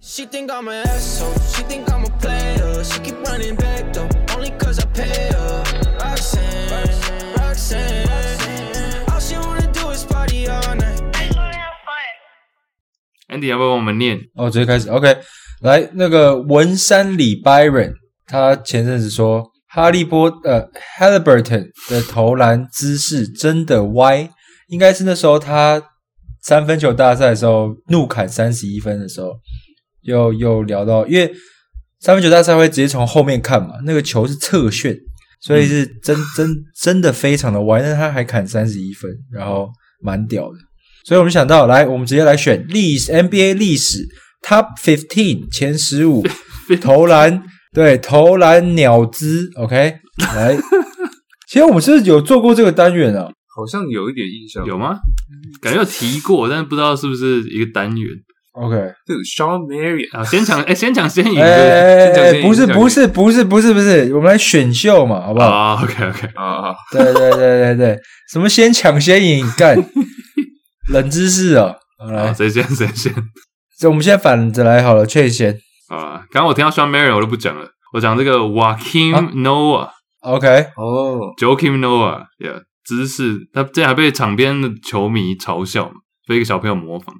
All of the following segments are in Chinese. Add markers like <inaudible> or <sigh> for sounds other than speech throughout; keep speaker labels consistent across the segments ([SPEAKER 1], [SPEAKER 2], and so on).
[SPEAKER 1] She think I'm an asshole. She think I'm a player. She keep running back though, only cause I pay her. Roxanne, Roxanne. All she wanna do is party all night.
[SPEAKER 2] Andy 要不要帮我们念？
[SPEAKER 3] 哦，直接开始。OK，来，那个文山李 Byron，他前阵子说哈利波呃 Halliburton 的投篮姿势真的歪，应该是那时候他三分球大赛的时候怒砍三十一分的时候，又又聊到，因为三分球大赛会直接从后面看嘛，那个球是侧旋，所以是真、真真的非常的歪，但是他还砍三十一分，然后蛮屌的。所以我们想到，来，我们直接来选历史 NBA 历史 Top Fifteen 前十五投篮，对投篮鸟姿，OK，来，
[SPEAKER 4] <laughs>
[SPEAKER 3] 其实我们是不是有做过这个单元啊，
[SPEAKER 4] 好像有一点印
[SPEAKER 3] 嗯
[SPEAKER 4] 象。
[SPEAKER 2] 有吗？感觉有提过，但是不知道是不是一个单元
[SPEAKER 3] OK，
[SPEAKER 4] 这个 Sean Marion
[SPEAKER 3] <laughs>
[SPEAKER 2] 啊。先抢，哎、先抢先赢
[SPEAKER 3] 哎
[SPEAKER 2] 对
[SPEAKER 3] 哎
[SPEAKER 4] 先讲
[SPEAKER 3] 哎
[SPEAKER 4] 先
[SPEAKER 3] 哎，不是
[SPEAKER 4] 先讲
[SPEAKER 3] 不是不是不是不是，我们来选秀嘛，
[SPEAKER 2] 不
[SPEAKER 3] 好不
[SPEAKER 2] 对
[SPEAKER 3] 好？
[SPEAKER 2] 啊，OK OK，
[SPEAKER 4] 啊，啊
[SPEAKER 3] 对对对对对，什么先抢先赢，
[SPEAKER 4] <laughs>
[SPEAKER 3] 干，冷知识哦，好
[SPEAKER 2] 好，
[SPEAKER 4] 啊
[SPEAKER 3] 来，
[SPEAKER 2] 谁先谁先
[SPEAKER 3] 这我们现在反着来好了，确先
[SPEAKER 2] 啊？刚刚我听到 Sean Marion 我就不讲了，我讲这个 Joaquin
[SPEAKER 3] 啊
[SPEAKER 2] Noah、
[SPEAKER 3] ，OK，
[SPEAKER 4] 哦，
[SPEAKER 2] Joaquin Noah，yeah，姿势，他这还被场边的球迷嘲笑嘛，被一个小朋友模仿。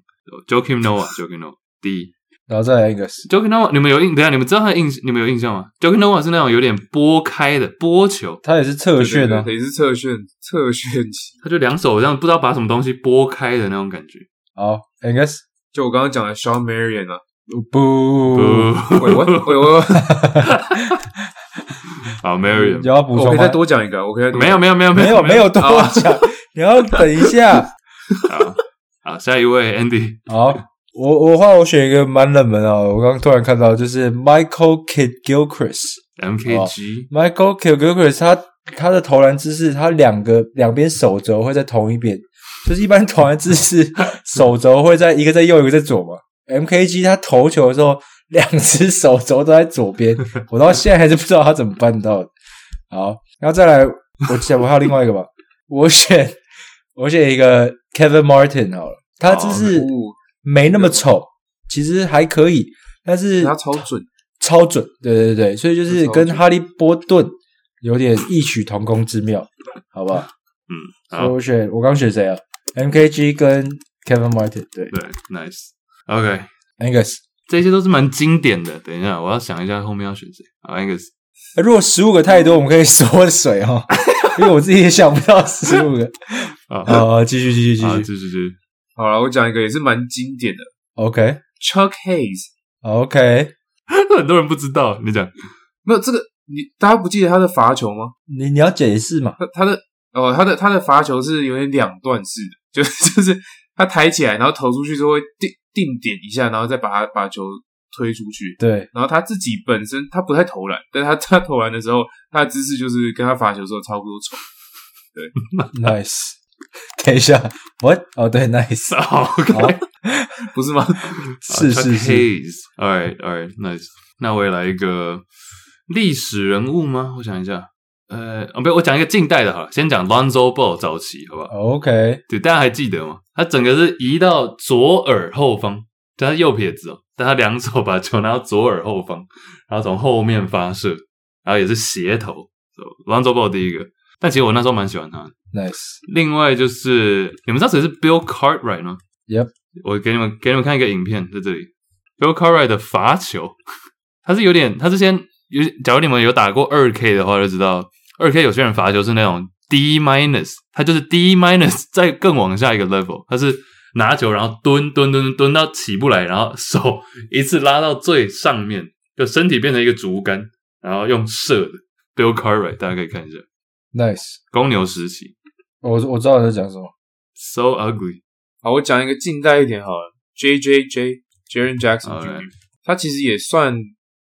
[SPEAKER 2] Joaquin Noah，Joaquin Noah，第一
[SPEAKER 3] 然后再来一个，
[SPEAKER 2] ，Joaquin Noah，你们有印？等一下你们知道他的印，你们有印象吗？Joaquin Noah 是那种有点拨开的拨球，
[SPEAKER 3] 他也是侧
[SPEAKER 4] 对
[SPEAKER 3] 旋
[SPEAKER 4] 对
[SPEAKER 3] 啊，
[SPEAKER 4] 对也是侧旋，侧旋起。
[SPEAKER 2] 他就两手这样，不知道把什么东西拨开的那种感觉。
[SPEAKER 3] 好，Angus。
[SPEAKER 4] 就我刚刚讲的 Sean Marion
[SPEAKER 3] <laughs>
[SPEAKER 4] 啊，
[SPEAKER 3] 不，
[SPEAKER 2] 不
[SPEAKER 4] 喂我喂我，
[SPEAKER 2] 好，Marion，
[SPEAKER 3] 有要补
[SPEAKER 4] 哦我可
[SPEAKER 3] 充
[SPEAKER 4] 以再
[SPEAKER 3] 吗？
[SPEAKER 4] 多讲一个，我可以再多
[SPEAKER 2] 没有没有没有
[SPEAKER 3] <laughs> 没有没有多
[SPEAKER 4] 啊
[SPEAKER 3] 讲， <laughs> 你要等一下。
[SPEAKER 2] 好，好，下一位 Andy，
[SPEAKER 3] 好，我我的话我选一个蛮冷门啊，我刚刚突然看到，就是 Michael Kidd Gilchrist。哦
[SPEAKER 2] MKG，
[SPEAKER 3] Michael Kidd Gilchrist 他他的投篮姿势，他两个两边手肘会在同一边，就是一般投篮
[SPEAKER 4] <laughs>
[SPEAKER 3] 姿势手肘会在一个在右一个在左嘛。MKG 他投球的时候，两只手肘都在
[SPEAKER 4] <laughs>
[SPEAKER 3] 左边，我到现在还是不知道他怎么办到的。好，然后再来，我想我还有另外一个吧，我选我选一个 Kevin Martin 好了，他姿势
[SPEAKER 4] 哦
[SPEAKER 3] 没那么丑，其实还可以，但是
[SPEAKER 4] 他超准，
[SPEAKER 3] 超准，对对对，所以就是跟哈利波顿有点异曲同工之
[SPEAKER 2] <laughs>
[SPEAKER 3] 妙，好不好？
[SPEAKER 2] 嗯，
[SPEAKER 3] 所以
[SPEAKER 2] 好，
[SPEAKER 3] 我选我刚选谁啊？MKG 跟 Kevin Martin，对
[SPEAKER 2] 对，Nice，OK，、
[SPEAKER 3] ，Angus。
[SPEAKER 2] 这些都是蛮经典的。等一下，我要想一下后面要选谁。好，Angus，
[SPEAKER 3] 呃如果十五个太多，我们可以缩水
[SPEAKER 2] <laughs>
[SPEAKER 3] 哦，因为我自己也想不到十五个。
[SPEAKER 2] 啊， <laughs> 好，
[SPEAKER 3] 呃，继续继续继
[SPEAKER 2] 好
[SPEAKER 3] 续
[SPEAKER 2] 继续继续。
[SPEAKER 4] 好了，我讲一个也是蛮经典的
[SPEAKER 3] ，OK
[SPEAKER 4] Chuck Hayes。
[SPEAKER 3] OK，
[SPEAKER 2] 很多人不知道，你讲 <laughs>
[SPEAKER 4] 没有这个，你大家不记得他的罚球吗？
[SPEAKER 3] 你你要解释嘛？
[SPEAKER 4] 他他的哦，他的他的罚球是有点两段式的， <laughs> 就是就是他抬起来，然后投出去之后会定定点一下，然后再把他把球推出去。
[SPEAKER 3] 对，
[SPEAKER 4] 然后他自己本身他不太投篮，但他 <laughs> 他投篮的时候，他的姿势就是跟他罚球的时候差不多丑。
[SPEAKER 3] Nice，等一 <laughs> 下，What？哦，对，Nice，
[SPEAKER 2] <laughs> 好
[SPEAKER 3] 好
[SPEAKER 2] ，OK，
[SPEAKER 4] 不是吗？
[SPEAKER 3] 哦
[SPEAKER 4] <laughs>
[SPEAKER 3] 是是是，
[SPEAKER 2] ，Hayes，All right，All right，Nice。那我也来一个历史人物吗？我想一下，呃，哦，不，我讲一个近代的好了，先讲 Lonzo Ball 早期，好不好？
[SPEAKER 3] OK，
[SPEAKER 2] 对，大家还记得吗？他整个是移到左耳后方，对，他是右撇子哦，但他两手把球拿到左耳后方，然后从后面发射，然后也是斜投。So, Lonzo Ball 第一个，但其实我那时候蛮喜欢他的。
[SPEAKER 3] ，Nice，
[SPEAKER 2] 另外就是你们知道谁是 Bill Cartwright 吗
[SPEAKER 3] Yep
[SPEAKER 2] 我给你们给你们看一个影片，在这里，Bill Cartwright 的罚球， <laughs> 他是有点，他是先有，假如你们有打过二 K 的话，就知道二 K 有些人罚球是那种 D minus，他就是 D minus 再更往下一个 level，他是拿球然后蹲蹲蹲蹲到起不来，然后手一次拉到最上面，就身体变成一个竹竿，然后用射的。Bill Cartwright 大家可以看一下，
[SPEAKER 3] Nice，
[SPEAKER 2] 公牛时期
[SPEAKER 3] 我我知道你在讲什么。
[SPEAKER 2] ，so ugly。
[SPEAKER 4] 好，我讲一个近代一点好了，J J J Jaren Jackson
[SPEAKER 2] All
[SPEAKER 4] Jr.，、
[SPEAKER 2] right
[SPEAKER 4] 他其实也算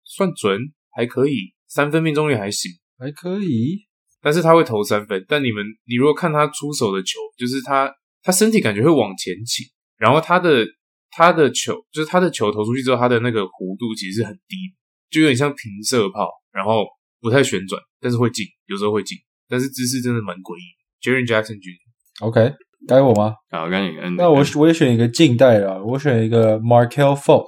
[SPEAKER 4] 算准，还可以，三分命中率还行，
[SPEAKER 3] 还可以，
[SPEAKER 4] 但是他会投三分。但你们你如果看他出手的球，就是他他身体感觉会往前倾，然后他的他的球就是他的球投出去之后，他的那个弧度其实是很低，就有点像平射炮，然后不太旋转，但是会进，有时候会进，但是姿势真的蛮诡异。Jaren Jackson Jr.
[SPEAKER 3] OK，该我吗？
[SPEAKER 2] 好，跟你跟嗯
[SPEAKER 3] 那我我也选一个近代的啊，我选一个 Markel Fultz。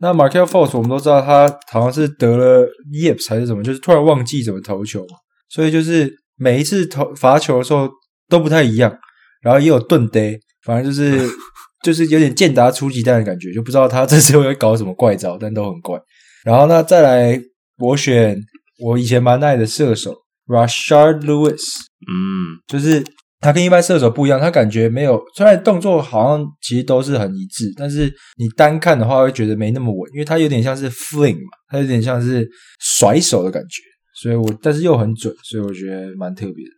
[SPEAKER 3] 那 m a r k e l f o r c e 我们都知道他好像是得了 yips 还是什么，就是突然忘记怎么投球嘛，所以就是每一次投罚球的时候都不太一样，然后也有顿呆，反正就是就是有点健达出奇蛋的感觉，就不知道他这次会搞什么怪招，但都很怪。然后呢，再来我选我以前蛮爱的射手 Rashard Lewis。
[SPEAKER 2] 嗯，
[SPEAKER 3] 就是他跟一般射手不一样，他感觉没有，虽然动作好像其实都是很一致，但是你单看的话会觉得没那么稳，因为他有点像是 fling 嘛，他有点像是甩手的感觉，所以我但是又很准，所以我觉得蛮特别的。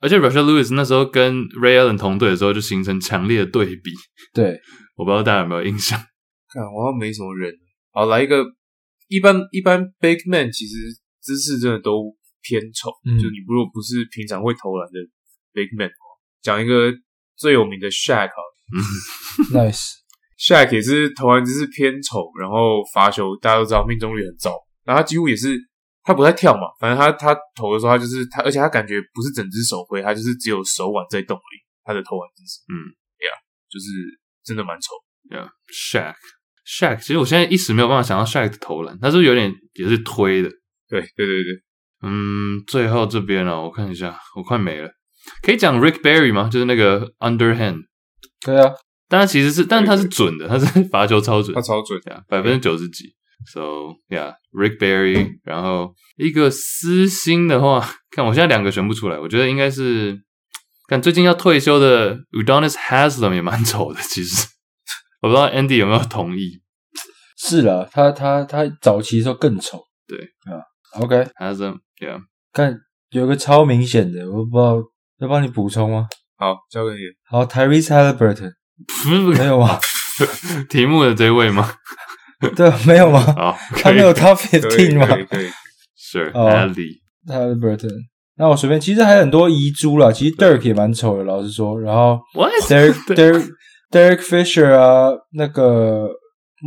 [SPEAKER 2] 而且 Rashad Lewis 那时候跟 Ray Allen 同队的时候，就形成强烈的对比。
[SPEAKER 3] 对，
[SPEAKER 2] 我不知道大家有没有印象？
[SPEAKER 4] 看我好像没什么人。好，来一个一般一般 big man 其实姿势真的都偏丑，
[SPEAKER 3] 嗯
[SPEAKER 4] 就你如果不是平常会投篮的 big man，讲一个最有名的 Shaq 好了
[SPEAKER 3] nice， <laughs>
[SPEAKER 4] Shaq 也是投篮姿势偏丑，然后罚球大家都知道命中率很糟，然后他几乎也是他不太跳嘛，反正他他投的时候他就是他，而且他感觉不是整只手挥，他就是只有手腕在动而已，他的投篮姿势，
[SPEAKER 2] 嗯
[SPEAKER 4] ，Yeah，就是真的蛮丑。
[SPEAKER 2] Yeah, Shaq, Shaq，其实我现在一时没有办法想到 Shaq 的投篮，他是不是有点也是推的。
[SPEAKER 4] 对对对对，
[SPEAKER 2] 嗯，最后这边哦，我看一下，我快没了。可以讲 Rick Barry 吗？就是那个 underhand，
[SPEAKER 3] 对啊，
[SPEAKER 2] 但他其实是，但他是准的，他是罚球超准
[SPEAKER 4] 他，超准，
[SPEAKER 2] 呀，百分之九十几。So yeah，Rick Barry，然后一个私心的话， <laughs> 看我现在两个选不出来，我觉得应该是，看最近要退休的 Udonis Haslam 也蛮丑的，其实 <laughs> 我不知道 Andy 有没有同意。
[SPEAKER 3] 是啦，他他他早期的时候更丑。
[SPEAKER 2] 对
[SPEAKER 3] 啊，OK，
[SPEAKER 2] Haslam，yeah，
[SPEAKER 3] 看有个超明显的，我不知道要帮你补充吗？
[SPEAKER 4] 好，交给你
[SPEAKER 3] <laughs>
[SPEAKER 4] 了。
[SPEAKER 3] 好，Tyrese Halliburton
[SPEAKER 2] 不
[SPEAKER 3] 没有吗？ <laughs>
[SPEAKER 2] 是 <laughs> 题目的这位吗？
[SPEAKER 3] 对，啊没有吗？
[SPEAKER 2] 好，
[SPEAKER 3] 他没有 Top
[SPEAKER 4] <laughs> 可
[SPEAKER 3] Fifteen 吗？
[SPEAKER 4] 以可以，
[SPEAKER 2] Sure，
[SPEAKER 3] 哦
[SPEAKER 2] Ali，
[SPEAKER 3] Halliburton。那我随便，其实还有很多遗珠啦。其实 Dirk 也蛮丑的，老实说。然后
[SPEAKER 2] What？
[SPEAKER 3] Dirk
[SPEAKER 2] <laughs>
[SPEAKER 3] Dirk Dirk Fisher 啊，那个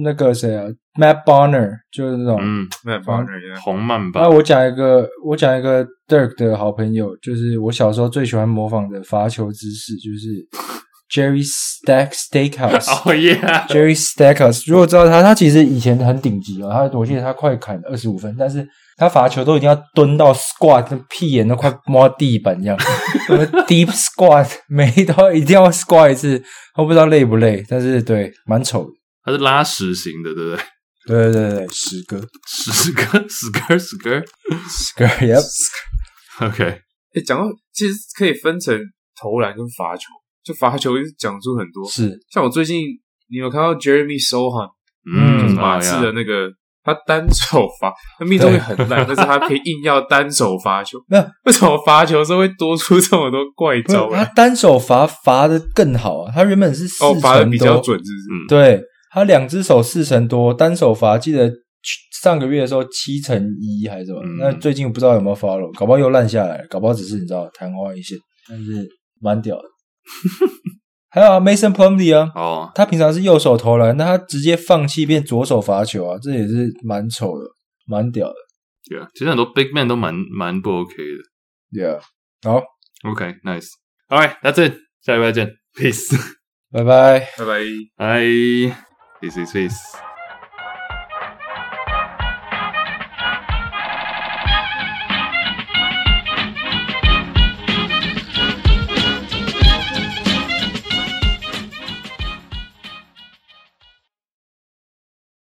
[SPEAKER 3] 那个谁啊，Matt Bonner 就是那种。
[SPEAKER 2] 嗯，
[SPEAKER 4] 那 partner 呀，
[SPEAKER 2] 红曼吧
[SPEAKER 3] 那，我讲一个，我讲一个 Dirk 的好朋友，就是我小时候最喜欢模仿的罚球姿势，就是 Jerry
[SPEAKER 2] <laughs>
[SPEAKER 3] Stack Steakhouse。
[SPEAKER 2] 哦耶，
[SPEAKER 3] Jerry Stackhouse，如果知道他，他其实以前很顶级哦，他我记得他快砍二十五分，但是他罚球都一定要蹲到 squat，那屁眼都快摸到地板一 <laughs> 样什么，deep squat，每一刀一定要 squat 一次，我不知道累不累，但是对，蛮丑的。
[SPEAKER 2] 他是拉屎型的，对不对？
[SPEAKER 3] 对对对对，十个
[SPEAKER 2] 屎哥，屎哥，屎哥
[SPEAKER 3] 十 <laughs> 个，yep，
[SPEAKER 2] ，OK，
[SPEAKER 4] 哎，讲到其实可以分成投篮跟罚球，就罚球也是讲出很多。
[SPEAKER 3] 是
[SPEAKER 4] 像我最近，你有看到 Jeremy Sohan
[SPEAKER 2] 嗯，
[SPEAKER 4] 马刺的
[SPEAKER 2] 哦呀
[SPEAKER 4] 那个，他单手罚，他命中率很烂，但是他可以硬要单手罚球。
[SPEAKER 3] 没有
[SPEAKER 4] 为什么罚球的时候会多出这么多怪
[SPEAKER 3] 不是
[SPEAKER 4] 招
[SPEAKER 3] 他
[SPEAKER 4] 来？
[SPEAKER 3] 单手罚罚的更好啊，他原本是四
[SPEAKER 4] 哦，
[SPEAKER 3] 成
[SPEAKER 4] 罚的比较
[SPEAKER 3] 多
[SPEAKER 4] 准，是不
[SPEAKER 2] 嗯
[SPEAKER 4] 是？
[SPEAKER 3] 对他两只手四成多，单手罚记得去上个月的时候七成一还是什么，
[SPEAKER 2] 嗯
[SPEAKER 3] 那最近不知道有没有 follow，搞不好又烂下来了，搞不好只是你知道昙花一现，但是蛮屌的。 <laughs> 还有啊，Mason Plumlee 啊，
[SPEAKER 2] 哦，
[SPEAKER 3] 他平常是右手投篮，那他直接放弃变左手罚球啊，这也是蛮丑的，蛮屌的。
[SPEAKER 2] 对啊，其实很多 big man 都蛮蛮不 OK 的
[SPEAKER 3] Yeah，好，
[SPEAKER 2] ，OK，nice，All right，that's it，下礼拜见，peace，
[SPEAKER 3] <laughs> 拜拜。
[SPEAKER 4] 拜拜。
[SPEAKER 2] 拜，peace，peace，peace。